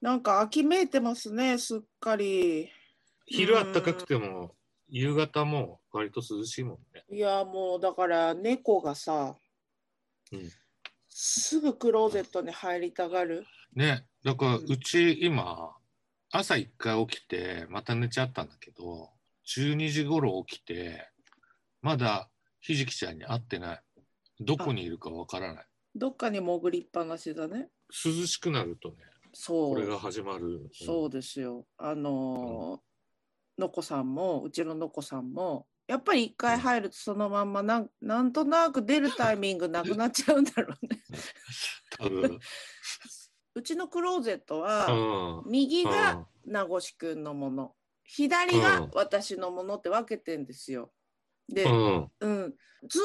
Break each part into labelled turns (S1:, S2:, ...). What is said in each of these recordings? S1: なんか秋めいてますね、すっかり。
S2: 昼あったかくても、夕方も割と涼しいもんね。
S1: いや、もうだから猫がさ、
S2: うん
S1: すぐクローゼットに入りたがる。
S2: ね、だから
S1: うん
S2: うち今、朝一回起きて、また寝ちゃったんだけど、12時頃起きて、まだひじきちゃんに会ってない。どこにいるかわからない。
S1: どっかに潜りっぱなしだね。
S2: 涼しくなるとね、
S1: そ
S2: これ
S1: う
S2: が。始まる。
S1: そううですよ。あのーのこさんも、うちののこさんも、やっぱり一回入るとそのまんまなん、なんとなく出るタイミングなくなっちゃうんだろうね。
S2: 多分。
S1: うちのクローゼット
S2: う
S1: は、
S2: ん。うん
S1: 右が名越くんのもの、左
S2: う
S1: が
S2: ん
S1: 私のものって分けてんですよ。で、
S2: うん。
S1: うん、ず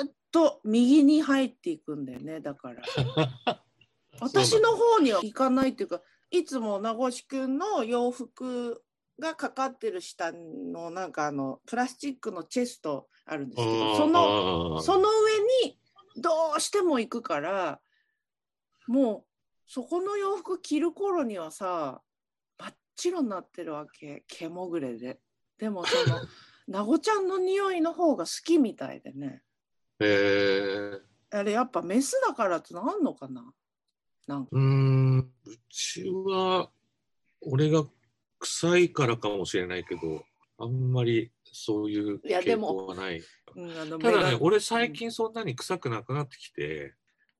S1: ーっと右に入っていくんだよねだから 私の方には行かないっていうかいつも名越くんの洋服がかかってる下のなんかあのプラスチックのチェストあるんですけどその
S2: の
S1: その上にどうしても行くからもうそこの洋服着る頃にはさ真っ白になってるわけ毛もぐれででもそ のなごちゃんの匂いの方が好きみたいでね
S2: えー、
S1: あれやっぱメスだからってなんのかななんか
S2: うーん、うちは、俺が臭いからかもしれないけど、あんまりそういう
S1: いやで
S2: 傾
S1: も
S2: 向はない。
S1: うんあの
S2: ただ
S1: 目
S2: ね
S1: が、
S2: 俺最近そんなに臭くなくなってきて、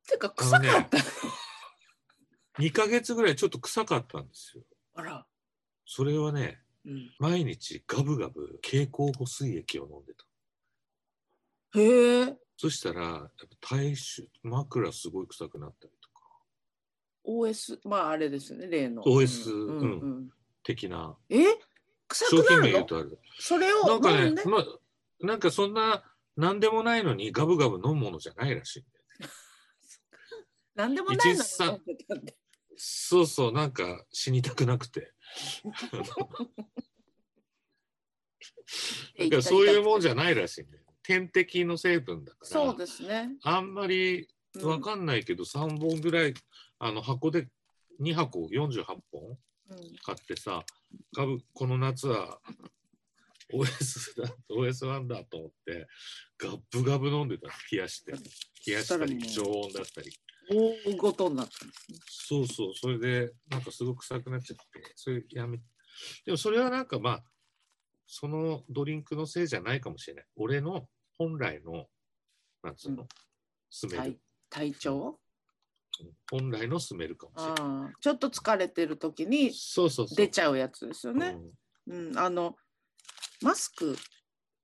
S1: てか臭かった
S2: 2ヶ月ぐらいちょっと臭かったんですよ。
S1: あら、
S2: それはね、
S1: うん、
S2: 毎日ガブガブ蛍光補水液を飲んでた。
S1: へえ
S2: そしたら、やっぱ体臭、枕すごい臭くなったりとか、
S1: OS まああれですよね例の
S2: OS
S1: うんうんうん
S2: 的な。
S1: え臭
S2: 商
S1: く
S2: 品
S1: な
S2: 名
S1: る
S2: 言う
S1: の
S2: とある。
S1: それ
S2: な
S1: を
S2: んか
S1: 飲
S2: ね
S1: んで、
S2: まあ、なんかそんな、なんでもないのにガブガブ飲むものじゃないらしいんだよ
S1: なんでもないのに
S2: 一日さ
S1: 飲んでたんで
S2: そうそう、なんか死にたくなくて。だからそういうもんじゃないらしいんだよ。点滴の成分だから。
S1: そうですね。
S2: あんまり
S1: うん
S2: わかんないけど、3本ぐらい、あの箱で2箱48本
S1: うん
S2: 買ってさ、ガブこの夏は OS だ、OS1 だと思って、ガッブガブ飲んでた、冷やして。冷やしたり、
S1: そした
S2: 常
S1: ら
S2: 温だったり。
S1: 大ごとになったんですね。
S2: そうそう、それで、なんかすごく臭くなっちゃって、それやめ、でもそれはなんかまあ、そのドリンクのせいじゃないかもしれない。俺の本来の、なんつう
S1: う
S2: の、スメ
S1: 体
S2: ル、
S1: 体調
S2: 本来のスメルかもしれ
S1: あ
S2: な
S1: あ
S2: い。
S1: ちょっと疲れてる時に
S2: そうそうそう。
S1: 出ちゃうやつですよね。
S2: うん
S1: うん、あのマスク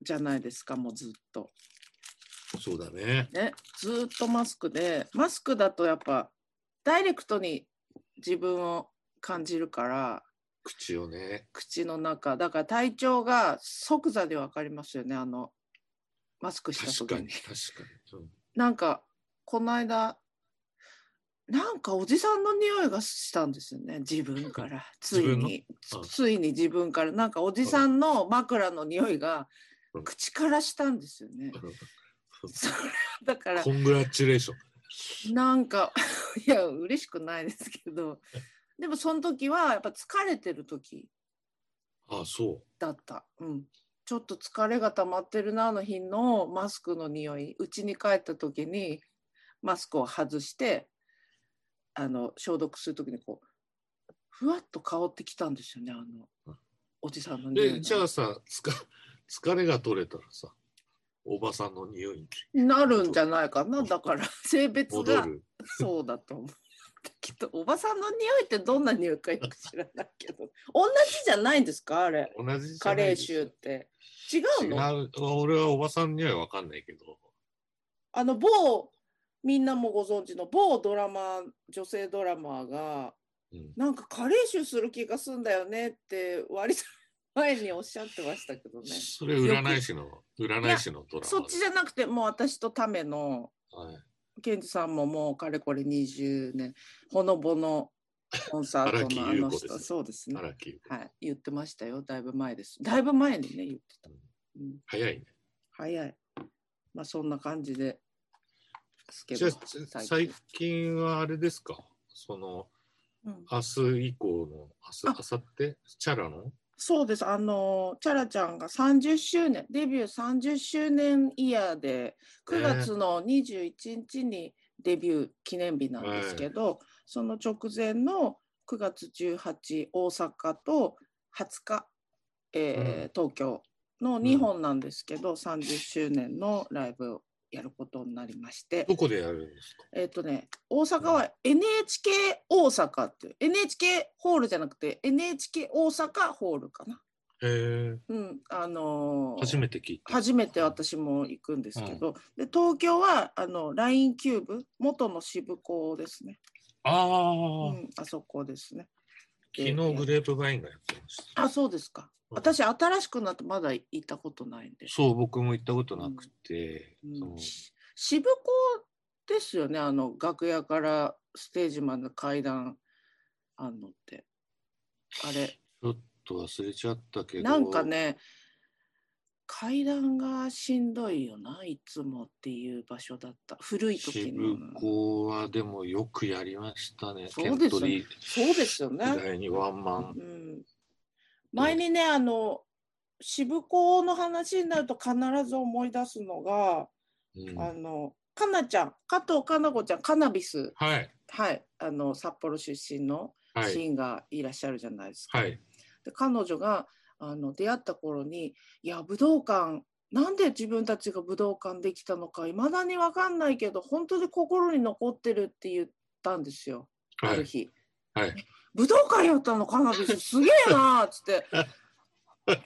S1: じゃないですかもうずっと。
S2: そうだね。
S1: ねずーっとマスクでマスクだとやっぱダイレクトに自分を感じるから
S2: 口をね。
S1: 口の中だから体調が即座で分かりますよねあのマスクした
S2: 確
S1: 時
S2: かに、
S1: に
S2: 確かに。うん
S1: なんかこの間なんかおじさんの匂いがしたんですよね自分からついに
S2: 自分のう
S1: つ
S2: ん
S1: ついに自分からなんかおじさんの枕の匂いが
S2: うん
S1: 口からしたんですよね。それだから
S2: コングラチュレーション。
S1: なんか いや嬉しくないですけどでもその時はやっぱ疲れてる時
S2: ああ、そう。
S1: だった、うん、ちょっと疲れが溜まってるなあの日のマスクの匂い家に帰った時にマスクを外してあの消毒する時にこうふわっと香ってきたんですよねあのおじさんの匂いが
S2: で、じゃあさ、つか疲れが取れたらさ、おばさんの匂いに
S1: なるんじゃないかなだから性別
S2: 戻
S1: が
S2: る。
S1: そうだと思う。きっとおばさんの匂いってどんな匂いかよく知らないけど同じじゃないんですかあれ
S2: 同じじ
S1: カ
S2: ゃない
S1: レー
S2: です
S1: 臭って違う
S2: 違
S1: の
S2: う俺はおばさんにはわかんないけど
S1: あの某みんなもご存知の某ドラマ女性ドラマーが
S2: うん
S1: なんか加齢臭する気がすんだよねって割と前におっしゃってましたけどね
S2: それ占い師の占い師のドラマ
S1: そっちじゃなくてもう私とための
S2: はい
S1: ケンジさんももうかれこれ20年ほのぼのコンサートのあの
S2: 荒木優子です
S1: 人
S2: ね
S1: そうですね
S2: 荒木
S1: はい言ってましたよだいぶ前ですだいぶ前にね言ってた、うん、
S2: 早いね
S1: 早いまあそんな感じでですけ
S2: じゃ
S1: ど
S2: あ最近はあれですかその
S1: うん、
S2: 明日以降の、明
S1: あ
S2: 日、明後日チャラの
S1: そうです。あの、チャラちゃんが30周年、デビュー30周年イヤーで、9月の21日にデビュー記念日なんですけど、その直前の9月18大阪と20日、えー東京の2本なんですけど、30周年のライブをやることになりまして、
S2: どこでやるんですか
S1: えっ、とね、大阪は NHK 大阪っていう、NHK ホールじゃなくて NHK 大阪ホールかな。
S2: へえ、
S1: うん、あのー
S2: 初めて聞いた。
S1: 初めて私も行くんですけど、で東京はあの LINE キューブ元の渋港ですね、
S2: あ
S1: う
S2: あ、
S1: ん、あそこですね
S2: 昨日グレープバインがやってました。
S1: あそうですか
S2: うん
S1: 私新しくなってまだ行ったことないんで、
S2: そう、僕も行ったことなくて、
S1: うん
S2: その
S1: し渋港ですよねあの楽屋からステージまでの階段あんのってあれ
S2: ちょっと忘れちゃったけど、
S1: なんかね階段がしんどいよないつもっていう場所だった古い時の
S2: 渋子はでもよくやりましたね、
S1: そうですよ
S2: ケントリー
S1: そうですよ
S2: 時
S1: ね、
S2: 代にワンマン
S1: う。ん、前にねあの渋子の話になると必ず思い出すのが、
S2: うん
S1: あのかなちゃん加藤かな子ちゃんカナビス
S2: はい、
S1: はいあの札幌出身の
S2: は
S1: シ
S2: い、
S1: ーンがいらっしゃるじゃないですか。
S2: はい。
S1: で彼女があの出会った頃に「いや武道館なんで自分たちが武道館できたのかいまだに分かんないけど本当に心に残ってる」って言ったんですよ、
S2: は
S1: ある
S2: い、
S1: 日。
S2: はい
S1: 武道館やったのカナビスすげえなーっつ って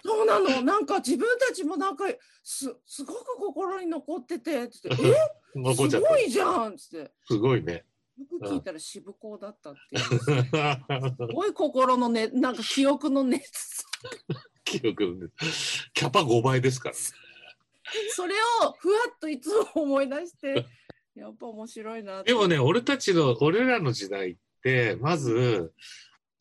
S1: そうなのなんか自分たちもなんかすすごく心に残っててっつって「え
S2: 残っち
S1: す
S2: ゃっ
S1: ご
S2: た
S1: いじゃん」っつって
S2: すごいね。
S1: よく聞いたら渋港だったっていうすごい心のねなんか記憶の熱
S2: 記憶キャパ5倍ですからね。
S1: それをふわっといつも思い出してやっぱ面白いなって
S2: でもね、俺たちの、俺らの時代って、まず、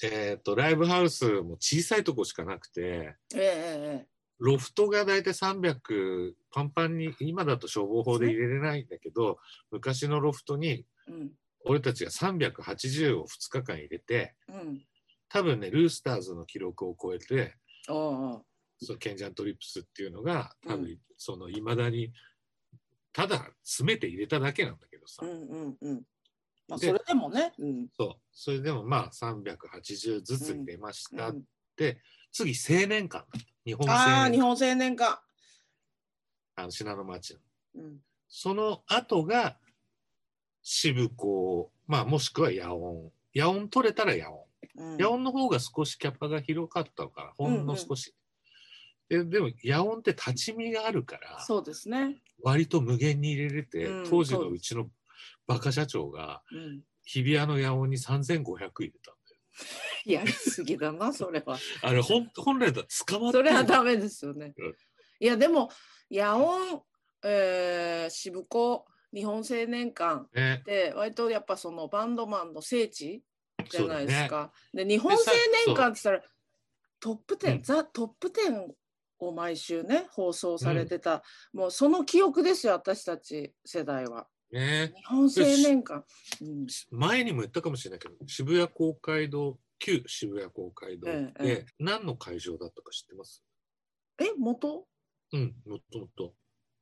S2: えっ、と、ライブハウスも小さいとこしかなくて、
S1: ええええ
S2: ロフトが大体300、パンパンに、今だと消防法で入れれないんだけど、昔のロフトに、
S1: ええうん
S2: 俺たちが380を2日間入れて、
S1: うん
S2: 多分ね、ルースターズの記録を超えて、
S1: おうおう
S2: そのケンジャントリップスっていうのが、多
S1: う
S2: 分、その、いまだに、ただ詰めて入れただけなんだけどさ
S1: う、んうんうんまあ
S2: で
S1: それでもねうん
S2: そう、それでもまあ380ずつ入れまし
S1: う
S2: た。
S1: ん
S2: 次、青年館だった。日本
S1: ああ
S2: 青
S1: 日
S2: 年
S1: 本青年か
S2: あの信濃町の。
S1: うん
S2: その後が、渋子、まあもしくは野音。野音取れたら野音。
S1: うん
S2: 野音の方が少しキャパが広かったのかな。ほんの少し。ででも、野音って立ち見があるから、
S1: そうですね
S2: 割と無限に入れれて、
S1: うん
S2: 当時
S1: そ
S2: の
S1: う
S2: うちのバカ社長が、
S1: うん
S2: 日比谷の野音に3500入れたんだよ。
S1: やりすぎだなそれ は
S2: あれ、ほん本来だと捕まって
S1: そ
S2: る
S1: れはダメですよね
S2: うん。
S1: いやでも野音、えー、渋子日本青年館
S2: ね
S1: っ。て割とやっぱそのバンドマンの聖地じゃないです
S2: そうだね。
S1: か。で日本青
S2: でさ
S1: 年間って言ったらトップ10、
S2: うん
S1: ザ・トップ10を毎週ね放送されてた、もうその記憶ですよ私たち世代は。
S2: ね
S1: 日本青年間。うん
S2: 前にも言ったかもしれないけど、渋谷公会堂、旧渋谷公会堂
S1: え
S2: っ
S1: ええ
S2: て何の会場だったか知ってます
S1: え元
S2: うん、もともと。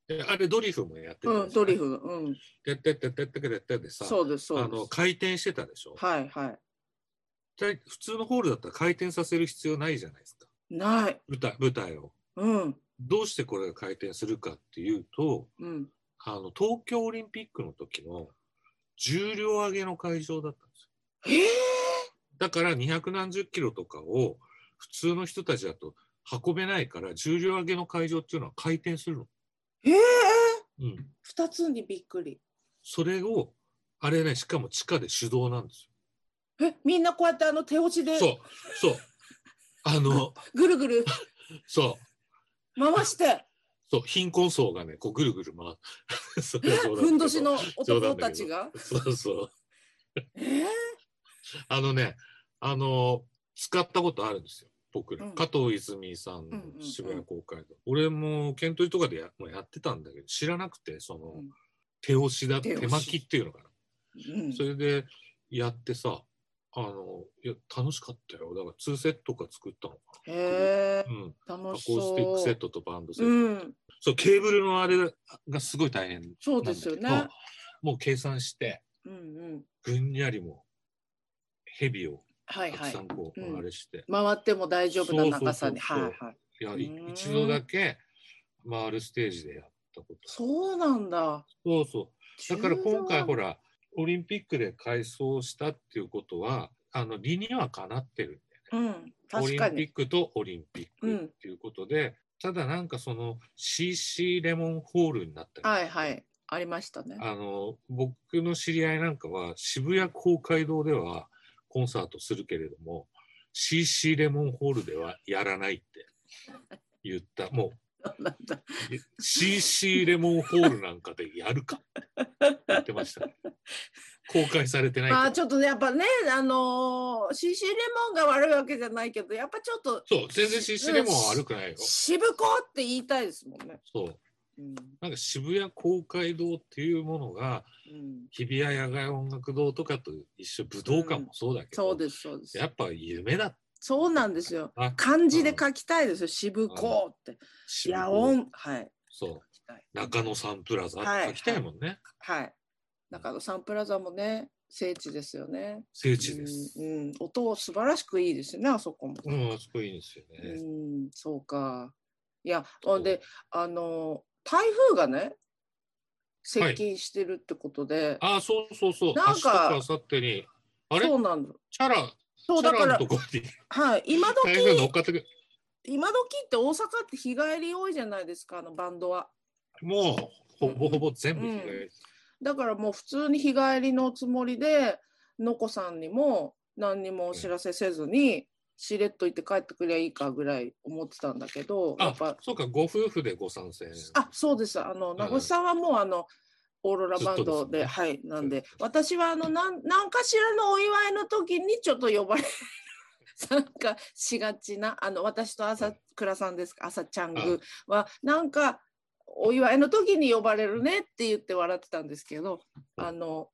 S2: であれドリフもやってた
S1: うん
S2: ですよ
S1: んドリ
S2: ね。
S1: フうん
S2: やってってってってってってでさ、
S1: そうですそ
S2: あ
S1: うで
S2: の
S1: す。
S2: 回転してたでしょ。
S1: はいは
S2: で普通のホールだったら回転させる必要ないじゃないですか。
S1: い。ない。
S2: 舞台舞台を。
S1: うん
S2: どうしてこれが回転するかっていうと、
S1: うん。
S2: あの東京オリンピックの時の重量上げの会場だったんですよ。
S1: えー、
S2: だから二百何十キロとかを普通の人たちだと運べないから重量上げの会場っていうのは回転するの。
S1: えー、
S2: うん、
S1: 二つにびっくり。
S2: それをあれねしかも地下で手動なんです
S1: えみんなこうやってあの手押しで
S2: よ。そうそうあの
S1: ぐるぐる
S2: そう
S1: 回して。
S2: そう貧困層がねこうぐるぐる回る。 それは冗談だけど
S1: ふんどしの男たちが。
S2: そうそう
S1: ええ
S2: あのねあの使ったことあるんですよ僕ら、
S1: うん
S2: 加藤泉さん
S1: う
S2: の
S1: んうんうん
S2: 渋谷公会堂、俺もケントリとかでやもうやってたんだけど知らなくてその。
S1: うん
S2: 手押しだ
S1: 手
S2: 手
S1: 押し
S2: 巻きっていうのかな、
S1: うん
S2: それでやってさあの、いや、楽しかったよ。だから2セットか作ったのか
S1: へえ
S2: な。うん。アコ
S1: 楽
S2: ー
S1: しそう。
S2: スティックセットとバンドセット。
S1: うん、
S2: そう、ケーブルのあれががすごい大変なんだけど。
S1: そうですよね。
S2: もう計算して、
S1: うんうん、
S2: ぐんやりも、ヘビを
S1: はい
S2: たく
S1: はい
S2: さ。んこう、
S1: うん
S2: あれして。
S1: 回っても大丈夫な長さに。
S2: そうそうそうそう
S1: はいはい。
S2: いや、
S1: うー
S2: い
S1: ん
S2: 一度だけ回るステージでやったこと。
S1: そうなんだ。
S2: そうそう。だから今回ほ
S1: ら。
S2: らオリンピックで改装したっていうことはあの理にはかなってる
S1: うん、
S2: オ
S1: 確
S2: リン
S1: か
S2: ピ
S1: に。
S2: ックとオリンピッ
S1: う
S2: ク
S1: ん
S2: っていうことで、ただなんかその CC レモンホールになったり、
S1: はいはい。ありましたね。
S2: あの僕の知り合いなんかは渋谷公会堂ではコンサートするけれども CC レモンホールではやらないって言ったも
S1: なんだ
S2: う CC レモンホールなんかでやるかって言ってました、ね、公開されてないけど
S1: まあちょっとね、やっぱね、あのー、CC レモンが悪いわけじゃないけど、やっぱちょっと
S2: そう、全然シシレモンは悪くないよ。
S1: 渋子って言いたいですもんね。
S2: そう。
S1: うん
S2: なんか渋谷公会堂っていうものが、
S1: うん、
S2: 日比谷野外音楽堂とかと一緒、武道館もそうだけど、
S1: そうです、そうです。
S2: やっぱ夢だっ
S1: そうなんですよ。
S2: たな。
S1: 漢字で書きたいですよ、渋子って。
S2: 渋谷
S1: 野音、はい。
S2: そう。
S1: 書きたい
S2: 中野サンプラザ
S1: はい
S2: 書きたいもんね。
S1: はい。中野サンプラザもね、聖地ですよね。
S2: 聖地です。
S1: うん、うん、音素晴らしくいいですよね、あそこも。
S2: うん、あそこいいんですよ
S1: う
S2: ね。
S1: ん、そうか。いや、
S2: そ
S1: ほ
S2: うん
S1: で、あの、台風がね、接近してるってことで、
S2: あ、そうそうそう。
S1: なんか
S2: 明日か明後日に、あれ
S1: そうなんだ。
S2: チャラ、
S1: そう
S2: チ
S1: だ
S2: ャ
S1: か
S2: ラの
S1: ら
S2: と、こに
S1: はい、今時
S2: 台風乗っかってくる。
S1: 今時って大阪って日帰り多いじゃないですか、あのバンドは。
S2: もう、ほぼほぼ全部被害
S1: うんだからもう普通に日帰りのつもりで、のこさんにも何にもお知らせせずに、しれっと行って帰ってくりゃいいかぐらい思ってたんだけど、や
S2: あ
S1: っぱ、、
S2: そうか、ご夫婦でご参戦。
S1: あ、そうです。あの、名越さんはもう、あの、オーロラバン
S2: ず
S1: ド
S2: っと
S1: で、
S2: ですね
S1: はい、なん
S2: そう
S1: で
S2: です、
S1: 私は、あの、なん、なんかしらのお祝いの時に、ちょっと呼ばれ。 参加しがちな、あの、私と朝倉さんですか、朝ちゃん
S2: うん
S1: ぐは、なんか。お祝いの時に呼ばれるねって言って笑ってたんですけど、あの。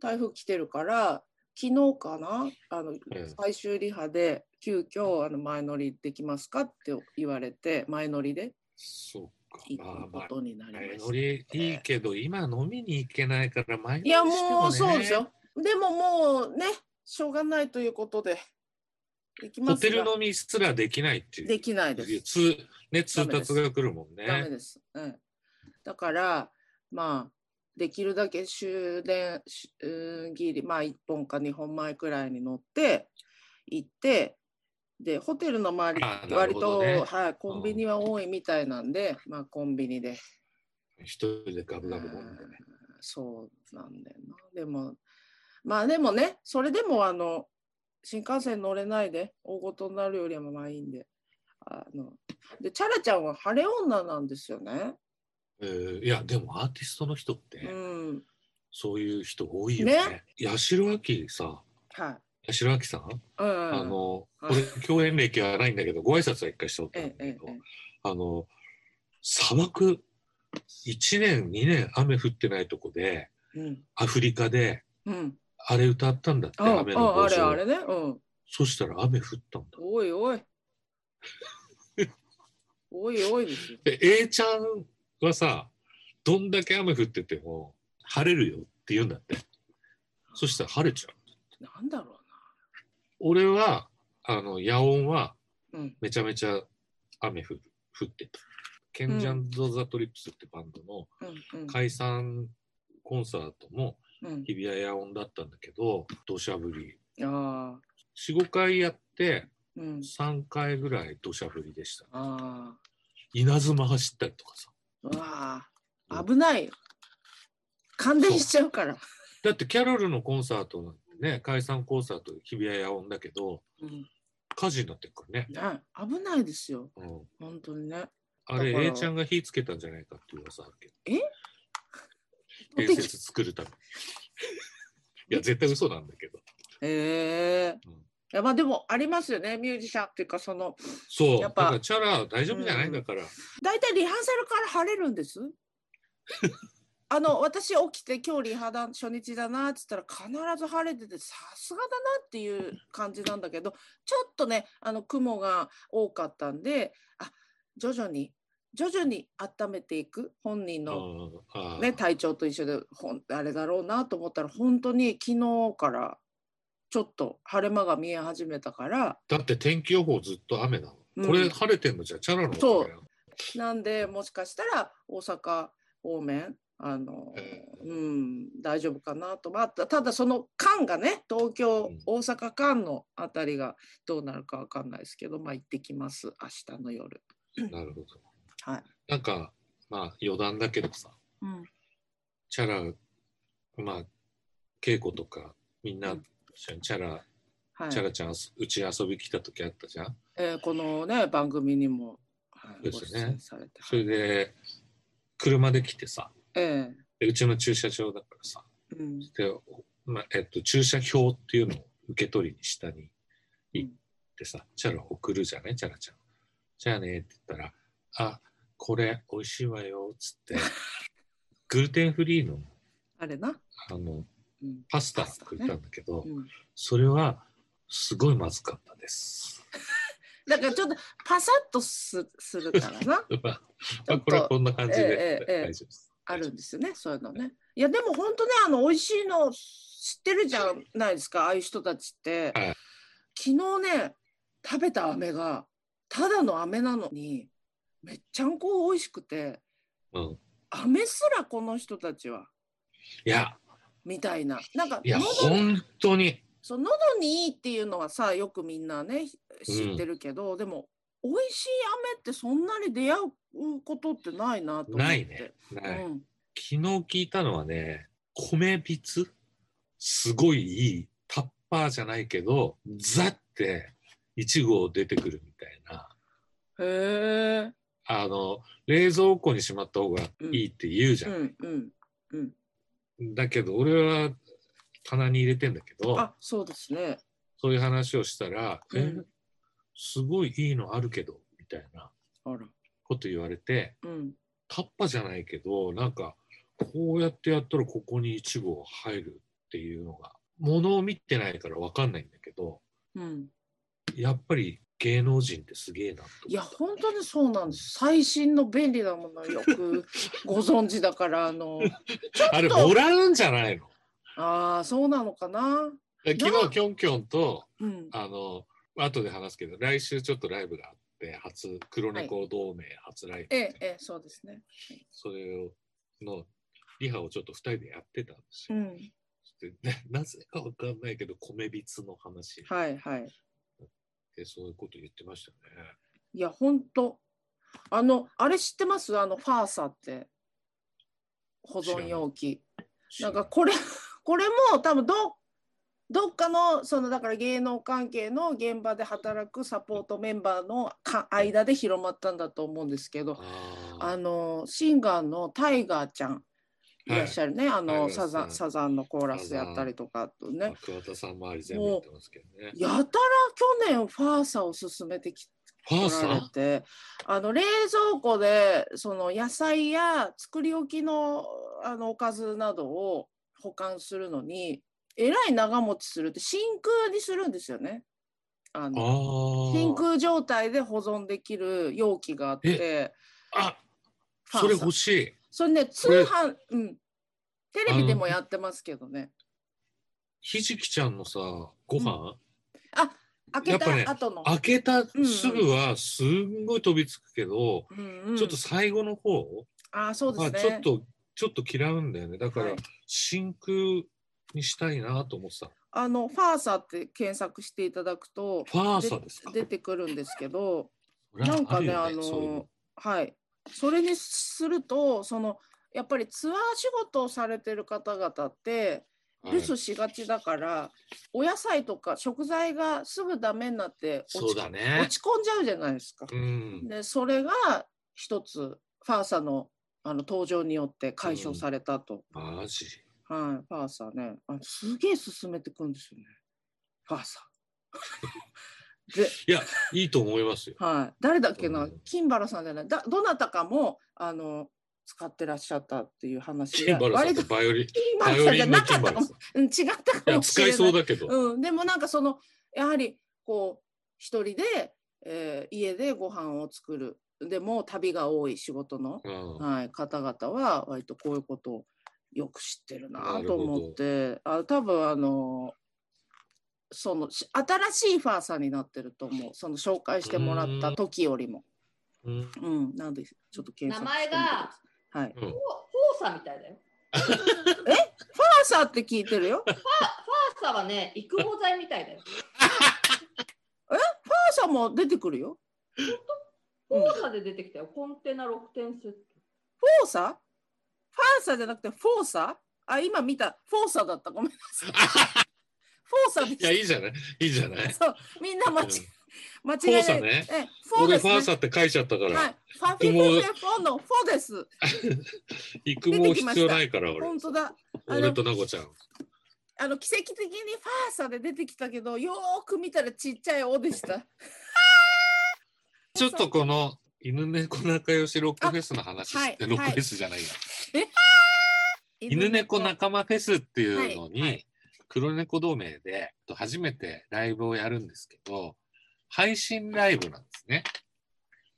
S1: 台風来てるから、昨日かな、あの、
S2: ん
S1: 最終リハで。急遽あの前乗りできますかって言われて前乗りで
S2: そうか。ま
S1: 行
S2: あ
S1: く
S2: ま
S1: こ
S2: あ、
S1: とになりま
S2: 前
S1: した
S2: 乗りいいけど、今飲みに行けないから前乗
S1: い
S2: りして
S1: や
S2: も、ね、
S1: もうそうですよ。でももうね、しょうがないということで、できま
S2: ホ
S1: す
S2: テル
S1: が
S2: 飲みすらできないっていう。
S1: できないです。
S2: 通ね、通達が来るもん
S1: ダメ
S2: ね。
S1: です。うん、だから、まあ、できるだけ終電しうんギリ、まあ1本か2本前くらいに乗って行って、で、ホテルの周り、
S2: あなる
S1: 割
S2: ほど
S1: と、
S2: ね
S1: はい、コンビニは多いみたいなんで、まあコンビニで
S2: 一人でガブガブ飲んでね。
S1: そうなんだよな。でも、まあでもね、それでもあの、新幹線乗れないで、大ごとになるよりはまあいいんで。あの、で、チャラちゃんは晴れ女なんですよね。
S2: えーいや、でもアーティストの人って、
S1: うん。
S2: そういう人多いよね。八代亜紀さ、
S1: はい。
S2: 八代亜紀さん、
S1: うん。
S2: あの、
S1: うん
S2: 俺共演歴はないんだけど、ご挨拶は一回しておったんだ
S1: ええ、
S2: け
S1: え
S2: ど、
S1: え、
S2: あの、砂漠、1年、2年雨降ってないとこで、
S1: ええうん。
S2: アフリカで、
S1: うん。
S2: あれ歌ったんだって、
S1: あ
S2: 雨の
S1: あ、あ
S2: 帽
S1: れ、
S2: 子
S1: あ
S2: を。
S1: れね。うん。
S2: そしたら雨降ったんだ。
S1: おい おい。おいおいですよ。
S2: で、A ちゃんはさ、どんだけ雨降ってても、晴れるよって言うんだって。そしたら晴れちゃう。
S1: なんだろ
S2: 俺は、あの、夜音は
S1: うな。うん。
S2: めちゃめちゃ雨降る降ってた。ケンジャンド・ザ・トリップスってバンドの
S1: うん。
S2: 解散コンサートも
S1: うん。
S2: 日比谷夜音だったんだけど、土砂降り。
S1: うん。ああ。
S2: 4、5回やって、
S1: うん。
S2: 3回ぐらい土砂降りでした。
S1: あ
S2: 稲妻走ったりとかさ。
S1: あ。うわあ。危ないよ。感電しちゃうから。
S2: だってキャロルのコンサートのね、解散コンサート日比谷野音だけど、
S1: うん、
S2: 火事になってくるね。
S1: ね危ないですよ、
S2: うん、
S1: 本当にね。
S2: あれ
S1: だから
S2: A ちゃんが火つけたんじゃないかっていう噂あるけど。
S1: え
S2: 伝説作るため。いや、絶対嘘なんだけど。
S1: え
S2: うん
S1: いやまあでもありますよね、ミュージシャンっていうか、その、
S2: そう、
S1: や
S2: だ
S1: っぱ
S2: からチャラ大丈夫じゃないんだから。
S1: 大体リハーサルから晴れるんです。 あの私起きて今日リハだ初日だなっつったら必ず晴れててさすがだなっていう感じなんだけどちょっとねあの雲が多かったんであ徐々に徐々に温めていく本人の
S2: あー
S1: ね、体調と一緒でほんあれだろうなと思ったら本当に昨日からちょっと晴れ間が見え始めたから
S2: だって天気予報ずっと雨な
S1: うん
S2: の。これ晴れてんのじゃチャラのおかげなの
S1: なんでもしかしたら大阪方面あの、
S2: ええ
S1: うん、大丈夫かなと、まあ、たただその間がね東京、
S2: うん
S1: 大阪間のあたりがどうなるかわかんないですけど、まあ、行ってきます明日の夜。
S2: なるほど。
S1: はい
S2: なんかまあ余談だけどさ、
S1: うん
S2: チャラまあ稽古とかみん
S1: う
S2: なん一緒にチャラ、
S1: はい
S2: チャラちゃんうち遊び来た時あったじゃん。
S1: えーこのね番組にも、は
S2: そう
S1: い、
S2: で
S1: ご
S2: す
S1: 出
S2: よね
S1: 演されて、
S2: それで車で来てさ、
S1: え
S2: でうちの駐車場だからさ、
S1: えうん
S2: でまあえっと駐車票っていうのを受け取りに下に行ってさ、チャラ送るじゃねチャラちゃん。じゃあねって言ったら、あこれ美味しいわよっつ って、グルテンフリーの
S1: あれな、
S2: あの
S1: うん
S2: パスタ食ったんだけど、
S1: うん、
S2: それはすごいまずかったです。
S1: だからちょっとパサッとすするからな
S2: まあ
S1: ちょっと
S2: これはこんな感じで
S1: ええええ
S2: 大丈夫です。
S1: あるんですよねそういうのね。いやでも本当ねあの美味しいの知ってるじゃないですかああいう人たちって、
S2: はい
S1: 昨日ね食べた飴がただの飴なのにめっちゃんこ美味しくて
S2: うん、
S1: 飴すらこの人たちはい
S2: や
S1: みたいななんか
S2: いや
S1: 喉に
S2: 本当に
S1: そう喉にいいっていうのはさよくみんなね知ってるけど、でも美味しい飴ってそんなに出会うことってないなと思って。
S2: ないね。ない
S1: うん、
S2: 昨日聞いたのはね米びつすごいいいタッパーじゃないけどザって1号出てくるみたいな
S1: へえ。
S2: あの冷蔵庫にしまった方がいいって言うじゃ、
S1: うんんうんうん。
S2: だけど俺は棚に入れてんだけど
S1: あそうですね。
S2: そういう話をしたら「
S1: うん
S2: えすごいいいのあるけど」みたいな
S1: あら。
S2: こと言われて
S1: うん。
S2: タッパーじゃないけどなんかこうやってやったらここに1号入るっていうのがものを見てないから分かんないんだけど
S1: うん。
S2: やっぱり芸能人ってすげえなと
S1: いや本当にそうなんです。最新の便利なものよくご存知だからあ の
S2: あれもらうんじゃないの
S1: ああそうなのかな。
S2: 昨日キョンキョンと
S1: うん。
S2: あの後で話すけど来週ちょっとライブがあって初黒猫同盟初ライブ、
S1: ええええそうですね。
S2: それをのリハをちょっと2人でやってたんです
S1: う
S2: よ、
S1: ん。
S2: でななぜか分かんないけど米びつの話
S1: はいはい。
S2: でそういうこと言ってましたね
S1: いや本当あのあれ知ってますあのファーサって保存容器。なんかこれ これも多分どどっかのそのだから芸能関係の現場で働くサポートメンバーのか間で広まったんだと思うんですけどあ
S2: あ
S1: のシンガーのタイガーちゃんい
S2: はい
S1: らっしゃるね、あ
S2: タイガ
S1: の
S2: ー
S1: サ
S2: さん
S1: ザンサザンのコーラスやったりとかと
S2: あ、
S1: ね
S2: 桑田さん周り全部やってますけどね。
S1: やたら去年ファーサを勧めてき
S2: ファー
S1: 来られ
S2: さ
S1: てあの冷蔵庫でその野菜や作り置きのあのおかずなどを保管するのにえらい長持ちするって真空にするんですよね。あ
S2: ん。あ
S1: の真
S2: ー
S1: 空状態で保存できる容器があって
S2: あ。
S1: ファー
S2: それ
S1: サ
S2: 欲しい。
S1: それね通
S2: これ
S1: 販、うん、テレビでもやってますけどね
S2: ひじきちゃんのさ、ご飯、
S1: 開け
S2: やっぱね
S1: た後の、
S2: 開けたすぐはすんごい飛びつくけど、
S1: うんうん
S2: ちょっと最後の方、
S1: あそうですね、
S2: ちょっとちょっと嫌うんだよね。だから、
S1: はい
S2: 真空にしたいなと思ってた。
S1: あのファーサって検索していただくと
S2: ファーサですか。
S1: 出てくるんですけど
S2: そりゃ
S1: なんかね
S2: るよ
S1: あの
S2: そういうの
S1: はいそれにするとそのやっぱりツアー仕事をされてる方々って
S2: は
S1: 留
S2: い
S1: 守しがちだから、お野菜とか食材がすぐダメになって落ち
S2: そうだね
S1: 落。ち込んじゃうじゃないですか。
S2: うん。
S1: でそれが一つファーサのあの登場によって解消されたと、
S2: マジ。
S1: はいファーサねあすげえ進めてくんですよねファーサ。で
S2: いや、いいと思いますよ。
S1: はい、誰だっけな、
S2: うん
S1: 金原さんじゃないだどなたかもあの使ってらっしゃったっていう話
S2: キ
S1: が
S2: ンバルさん
S1: 割
S2: って
S1: と
S2: バイオリン。
S1: キンバ
S2: バ
S1: ル
S2: イオ
S1: さん
S2: リ
S1: じゃ
S2: ン
S1: な
S2: のキ
S1: か
S2: ン
S1: っ
S2: バ
S1: た
S2: ル
S1: か
S2: さ
S1: もう
S2: ん。
S1: ん違った
S2: い
S1: か
S2: や
S1: もし
S2: 使
S1: れ
S2: い
S1: ない
S2: そうだけど。
S1: うん、でもなんかそのやはりこう一人で、えー家でご飯を作るでも旅が多い仕事の、
S2: うん
S1: はい、方々は割とこういうことをよく知ってるな
S2: なる
S1: と
S2: ほど
S1: 思ってあ多分あのそのし新しいファーさんになってると思うその紹介してもらった時よりも。
S2: うん
S1: うんなんでちょっと検索
S3: 名前
S1: し
S3: が
S1: てみてくださいはい、
S2: うん
S3: フォーサみたいだよ。
S1: ファーサーって聞いてるよ。ファー
S3: ファーサはね、育毛剤みたいだよ。
S1: サーも出てくるよ。
S3: フ
S1: うん
S3: ォーサで出てきたよ。コンテナ6点セット。
S1: フォーサファーサじゃなくてフォーサあ、今見た。フォーサだった。ごめんな さい。フォーサで
S2: いや、
S1: し
S2: いいじゃない。いいじゃない。
S1: た。そう、みんな間違間
S2: フォ
S1: 違
S2: ー
S1: いな
S2: サ
S1: い。
S2: ね。
S1: え、フォー
S2: 俺
S1: で
S2: フ
S1: す、
S2: ァ
S1: ね。
S2: ーサって書いちゃったか
S1: は
S2: ら、
S1: い。ファフィフィフェフォのフォです。
S2: 育毛必要ないから、俺
S1: 本。当だ。あ
S2: 俺
S1: の
S2: と、なこちゃん。
S1: あの奇跡的にファーサで出てきたけど、よーく見たらちっちゃいおでした。
S2: ちょっとこの犬猫仲良しロックフェスの話
S1: あ
S2: し
S1: はい
S2: て、ロッ
S1: は
S2: ク
S1: い
S2: フェスじゃないや。 犬猫仲間フェスっていうの
S1: は
S2: に、黒猫同盟でと初めてライブをやるんですけど、配信ライブなんですね。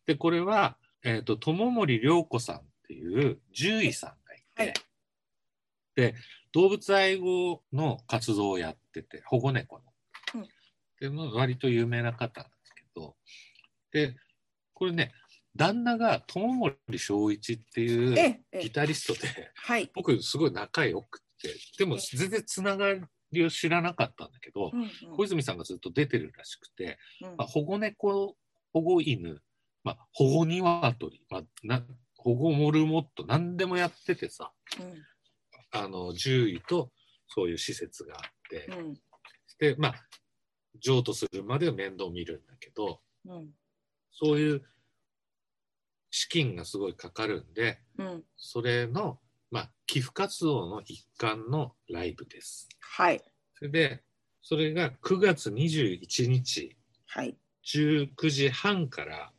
S2: で、これは、えっ、と、友森良子さんっていう獣医さんがいて、
S1: はい
S2: で、動物愛護の活動をやってて、保護猫
S1: う
S2: の
S1: ん。
S2: で、まあ割と有名な方なんですけど、で、これね、旦那が友森昭一っていう
S1: ええ、え
S2: ギ
S1: え、
S2: タリストで、
S1: はい。
S2: 僕すごい仲良くてでも全然つながりを知らなかったんだけど
S1: うんうん
S2: 小泉さんがずっと出てるらしくて、
S1: うん
S2: まあ、保護猫保護犬、まあ、保護鶏、まあ、な保護モルモット何でもやっててさ
S1: うん
S2: あの獣医とそういう施設があって
S1: うん
S2: でまあ譲渡するまでは面倒見るんだけど
S1: うん
S2: そういう資金がすごいかかるんで
S1: うん
S2: それの、まあ、寄付活動の一環のライブです。
S1: はい。
S2: それで、それが9月21日、
S1: はい。
S2: 19時半から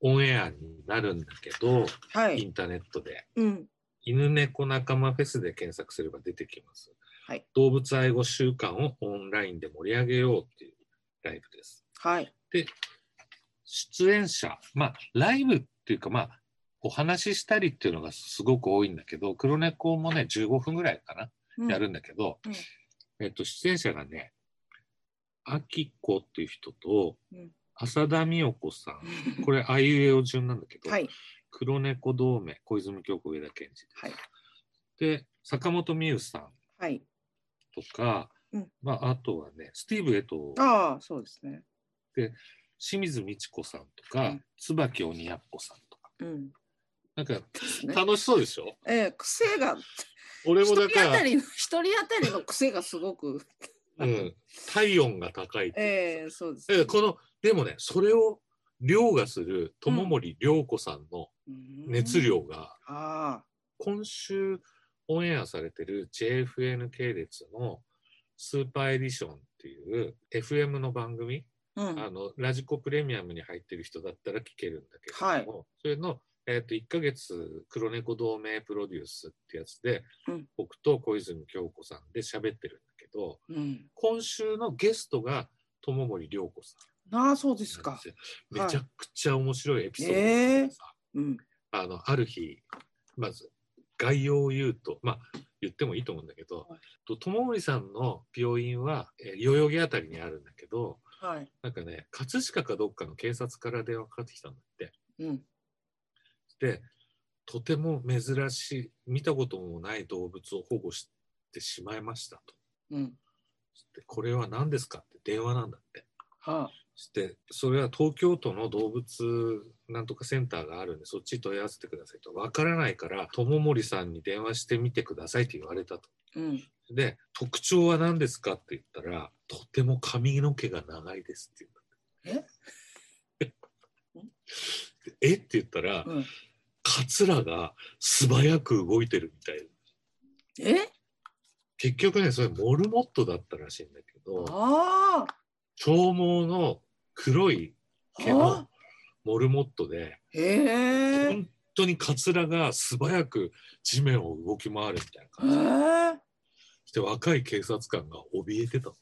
S2: オンエアになるんだけど、
S1: は
S2: イ
S1: い。
S2: ンターネットで。
S1: うん。
S2: 犬猫仲間フェスで検索すれば出てきます。
S1: はい
S2: 動物愛護週間をオンラインで盛り上げようっていうライブです。
S1: はい。
S2: 出演者、まあ、ライブっていうか、まあ、お話ししたりっていうのがすごく多いんだけど、黒猫もね、15分ぐらいかな、
S1: うん
S2: やるんだけど、
S1: うん
S2: えっと、出演者がね、あきこっていう人と
S1: うん、
S2: 浅田美代子さん、これ、あいうえお順なんだけ ど、
S1: はい。
S2: 黒猫同盟、小泉京子、上田健
S1: はい。
S2: 二。で、坂本美優さん
S1: はい。
S2: とか、
S1: うん
S2: まあ、あとはね、スティーブ・エトー、
S1: ああ、そうですね。
S2: 清水美智子さんと
S1: う
S2: か
S1: ん、
S2: 椿鬼奴さんとか、
S1: うん。
S2: なんか、
S1: ですね。
S2: 楽しそうでしょ
S1: ええ癖が、
S2: 俺
S1: 一
S2: も
S1: 人
S2: だか
S1: 当た
S2: ら、
S1: りの、一人当たりの癖がすごく。
S2: うん、体温が高いっていうか
S1: ええそうで
S2: さ。え
S1: す。
S2: この、でもね、それを凌駕する友森涼子さんの
S1: うん
S2: 熱。量が、
S1: ああ。
S2: 今週オンエアされてる JFN 系列のスーパーエディションっていう FM の番組、
S1: うん。
S2: あの、ラジコプレミアムに入ってる人だったら聞けるんだけれども、それの、えっ、と、1ヶ月黒猫同盟プロデュースってやつで、
S1: うん
S2: 僕と小泉京子さんで喋ってるんだけど、
S1: うん。
S2: 今週のゲストが友森涼子さ
S1: ああ、そうで
S2: ん
S1: す
S2: なん
S1: か
S2: です。よ。めちゃくちゃ面白いエピソード
S1: はい
S2: なんですよ
S1: うん。
S2: あのある日まず概要を言うとまあ言ってもいいと思うんだけど
S1: はい
S2: と友森さんの病院は、えー代々木あたりにあるんだけど
S1: はい。
S2: なんかね葛飾かどっかの警察から電話かかってきたんだって。
S1: うん。
S2: でとても珍しい見たこともない動物を保護してしまいましたと。
S1: うん。
S2: でこれは何ですかって電話なんだって。
S1: はあ。
S2: してそれは東京都の動物なんとかセンターがあるんでそっちに問い合わせてくださいとわからないから友森さんに電話してみてくださいって言われたと。
S1: うん。
S2: で特徴は何ですかって言ったらとても髪の毛が長いですって言ったええって言ったら
S1: うん。
S2: カツラが素早く動いてるみたいな
S1: え。
S2: 結局ねそれモルモットだったらしいんだけど
S1: ああ。
S2: 長毛の黒い毛
S1: はあ
S2: の。モルモットで
S1: ええ。
S2: 本当にカツラが素早く地面を動き回るみたいな
S1: え
S2: 感
S1: ー、
S2: じで若い警察官が怯えてた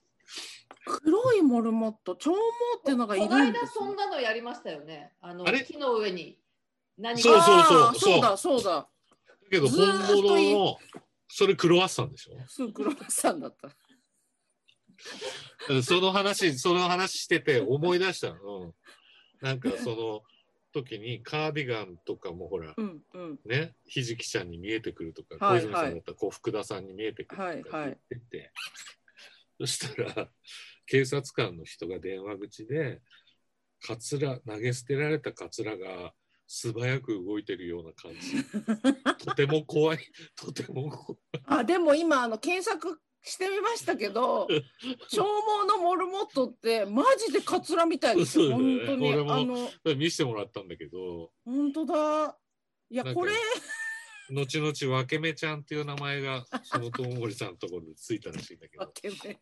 S1: 黒いモルモット、長毛っていうのがい
S3: こ
S1: る
S3: の
S1: んで
S3: 間
S1: す
S3: そんなのやりましたよね。あの
S2: あれ
S3: 木の上に何
S2: そう
S3: が
S2: そうそう
S1: あーそうだ、そうだ。
S2: だけど
S1: ずー
S2: 本
S1: っといい
S2: 物のそれクロワッサンでしょ
S1: すぐ黒田さんだった。
S2: うんその話、 その話してて思い出したの。うんなんかその時にカーディガンとかもほら、
S1: うんうん。
S2: ね、ひじきちゃんに見えてくるとか、
S1: はい
S2: 小泉さんだったらこう福田さんに見えてくるとか
S1: はいはい
S2: 言ってて、 そしたら警察官の人が電話口で、カツラ、投げ捨てられたカツラが素早く動いてるような感じ。 とても怖い、とても怖い。
S1: あ、でも今、あの、検索してみましたけど、長毛のモルモットって、マジでカツラみたいですよ。
S2: そうだ
S1: 本当
S2: よね
S1: に。あ
S2: 俺も
S1: の、
S2: 見せてもらったんだけど、
S1: 本当だ。いや、
S2: なんか
S1: これ、
S2: 後々わけめちゃんっていう名前がその友森さんのところでついたらしいんだけど
S1: わけ め。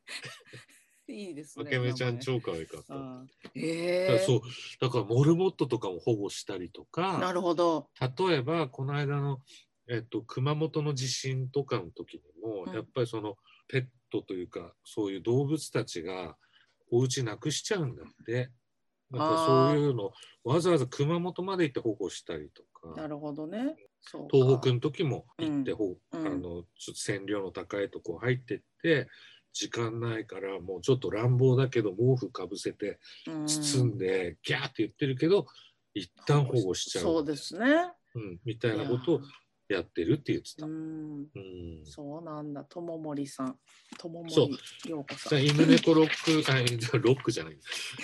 S1: いいですね。
S2: わけめちゃん
S1: ょ。
S2: 超可愛かった。
S1: あー
S2: だ
S1: え
S2: から
S1: え
S2: そうだからモルモットとかも保護したりと
S1: な
S2: か
S1: るほど。
S2: 例えばこの間の、えっと、熊本の地震とかの時にも、
S1: うん
S2: やっぱりそのペットというかそういう動物たちがお家なくしちゃうんだってなんかそういうのわざわざ熊本まで行って保護したりとか。
S1: なるほどね。そうか
S2: 東北の時も行って、ほ
S1: うん
S2: あのちょっと線量の高いとこ入ってって時間ないからもうちょっと乱暴だけど毛布かぶせて
S1: うん
S2: 包んでギャーって言ってるけど一旦保護しちゃう
S1: そうですね。
S2: うん、みたいなことをやってるって言って
S1: いやー
S2: た。
S1: う
S2: うん
S1: ん。そうなんだ。とももりさん。ともも
S2: そう
S1: りようこ
S2: じ
S1: さ
S2: ゃあ
S1: ん。
S2: 犬猫ロックあロックじゃない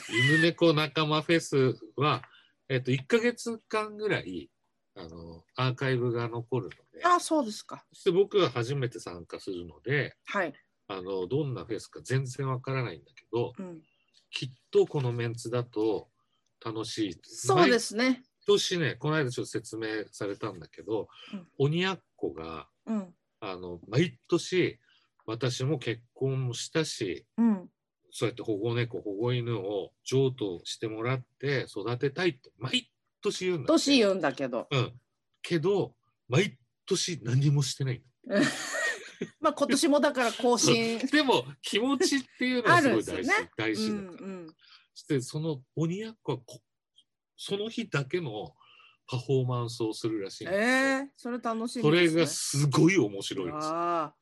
S2: 犬猫仲間フェスは、えっと、1ヶ月間ぐらいあのアーカイブが残るので
S1: あ、そうですか。
S2: そして僕は初めて参加するので、
S1: はい。
S2: あのどんなフェスか全然わからないんだけど
S1: うん。
S2: きっとこのメンツだと楽しい
S1: そうですすね。
S2: 毎年ねこの間ちょっと説明されたんだけど、
S1: うん
S2: 鬼やっこが
S1: うん。
S2: あの毎年私も結婚もしたし
S1: うん。
S2: そうやって保護猫保護犬を譲渡してもらって育てたいって毎年言うんだって
S1: 年言うんだけど。
S2: うん、けど毎年何もしてないんだ
S1: まあ、今年もだから更 新。
S2: でも気持ちっていうのはすご
S1: あるん
S2: い大事、
S1: ですよね
S2: 大
S1: う
S2: 事だ
S1: ん
S2: から。。
S1: うん。
S2: そしてその鬼奴はこその日だけのパフォーマンスをするらしいん
S1: え
S2: ですよ
S1: えそれ楽しみ
S2: そ
S1: で
S2: れ
S1: す、ね。
S2: がすごい面白いです。
S1: ああ。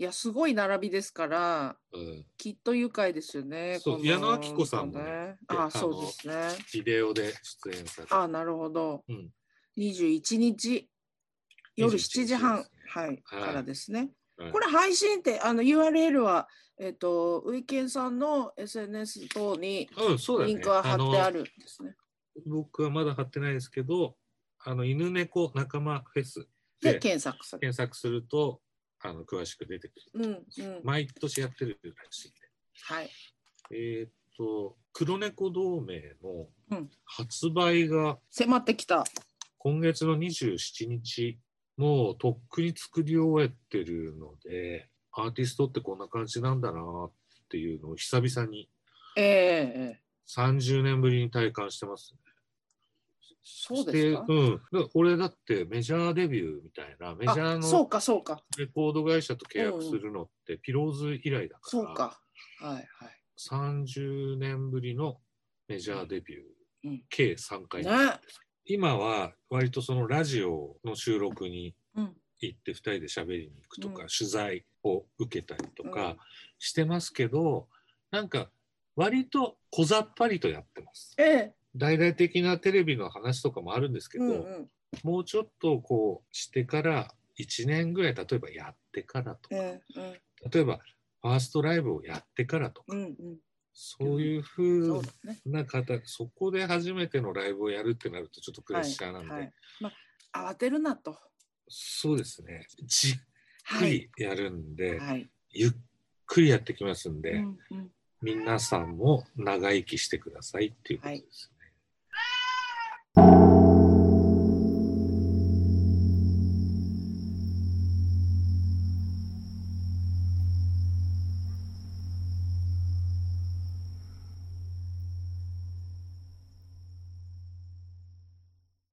S1: いや、すごい並びですから。
S2: うん、
S1: きっと愉快ですよね。
S2: そう
S1: この
S2: 矢野明子さんもね
S1: あ
S2: あの
S1: そうですね。
S2: ビデオで出演されて
S1: あなるほど。
S2: うん
S1: 二十一日夜
S2: 21
S1: 7時半、
S2: ですね
S1: はい、
S2: はい
S1: からですね。
S2: はい
S1: これ配信ってあの URL はえっ、とウィケンさんの SNS 等に
S2: うん、そうだね。
S1: リンクは貼ってあ
S2: の
S1: るんですね。
S2: 僕はまだ貼ってないですけど、あの犬猫仲間フェス
S1: で
S2: で
S1: 検索する。
S2: 検索するとあの詳しく出てくる。
S1: うんうん。
S2: 毎年やってるらしいんで。
S1: はい。
S2: えーっと黒猫同盟の
S1: うん
S2: 発売が、
S1: 迫ってきた。
S2: 今月の27日、もうとっくに作り終えてるので、アーティストってこんな感じなんだなっていうのを久々に
S1: ええええ
S2: 30年ぶりに体感してますね。
S1: そうですか
S2: してうん。で俺だってメジャーデビューみたいな、メジャー
S1: あそ
S2: の
S1: うかそうか
S2: レコード会社と契約するのってピローズ以来だから、
S1: そうか。はいはい。
S2: 30年ぶりのメジャーデビュー、
S1: うん
S2: 計3回目。
S1: ね。
S2: 今は割とそのラジオの収録に
S1: うん。
S2: 行って2人で喋りに行くとか、
S1: うん
S2: 取材を受けたりと
S1: うん
S2: かしてますけど、なんか割と小ざっぱりとやってます。
S1: ええ
S2: 大々的なテレビの話とかもあるんですけど、
S1: うんうん。
S2: もうちょっとこうしてから1年ぐらい例えばやってからとか、
S1: ええうん
S2: 例えばファーストライブをやってからと
S1: う
S2: か、
S1: んうん。
S2: そういうふ
S1: そう
S2: う
S1: ですね。
S2: な方、そこで初めてのライブをやるってなるとちょっとプレッシャーなんで、
S1: はいはいまあ、慌てるなと。
S2: そうですねじっ
S1: は
S2: く
S1: い。
S2: りやるんで、
S1: はい。
S2: ゆっくりやってきますんで、
S1: うんうん
S2: 皆さんも長生きしてくださいっていうことですね。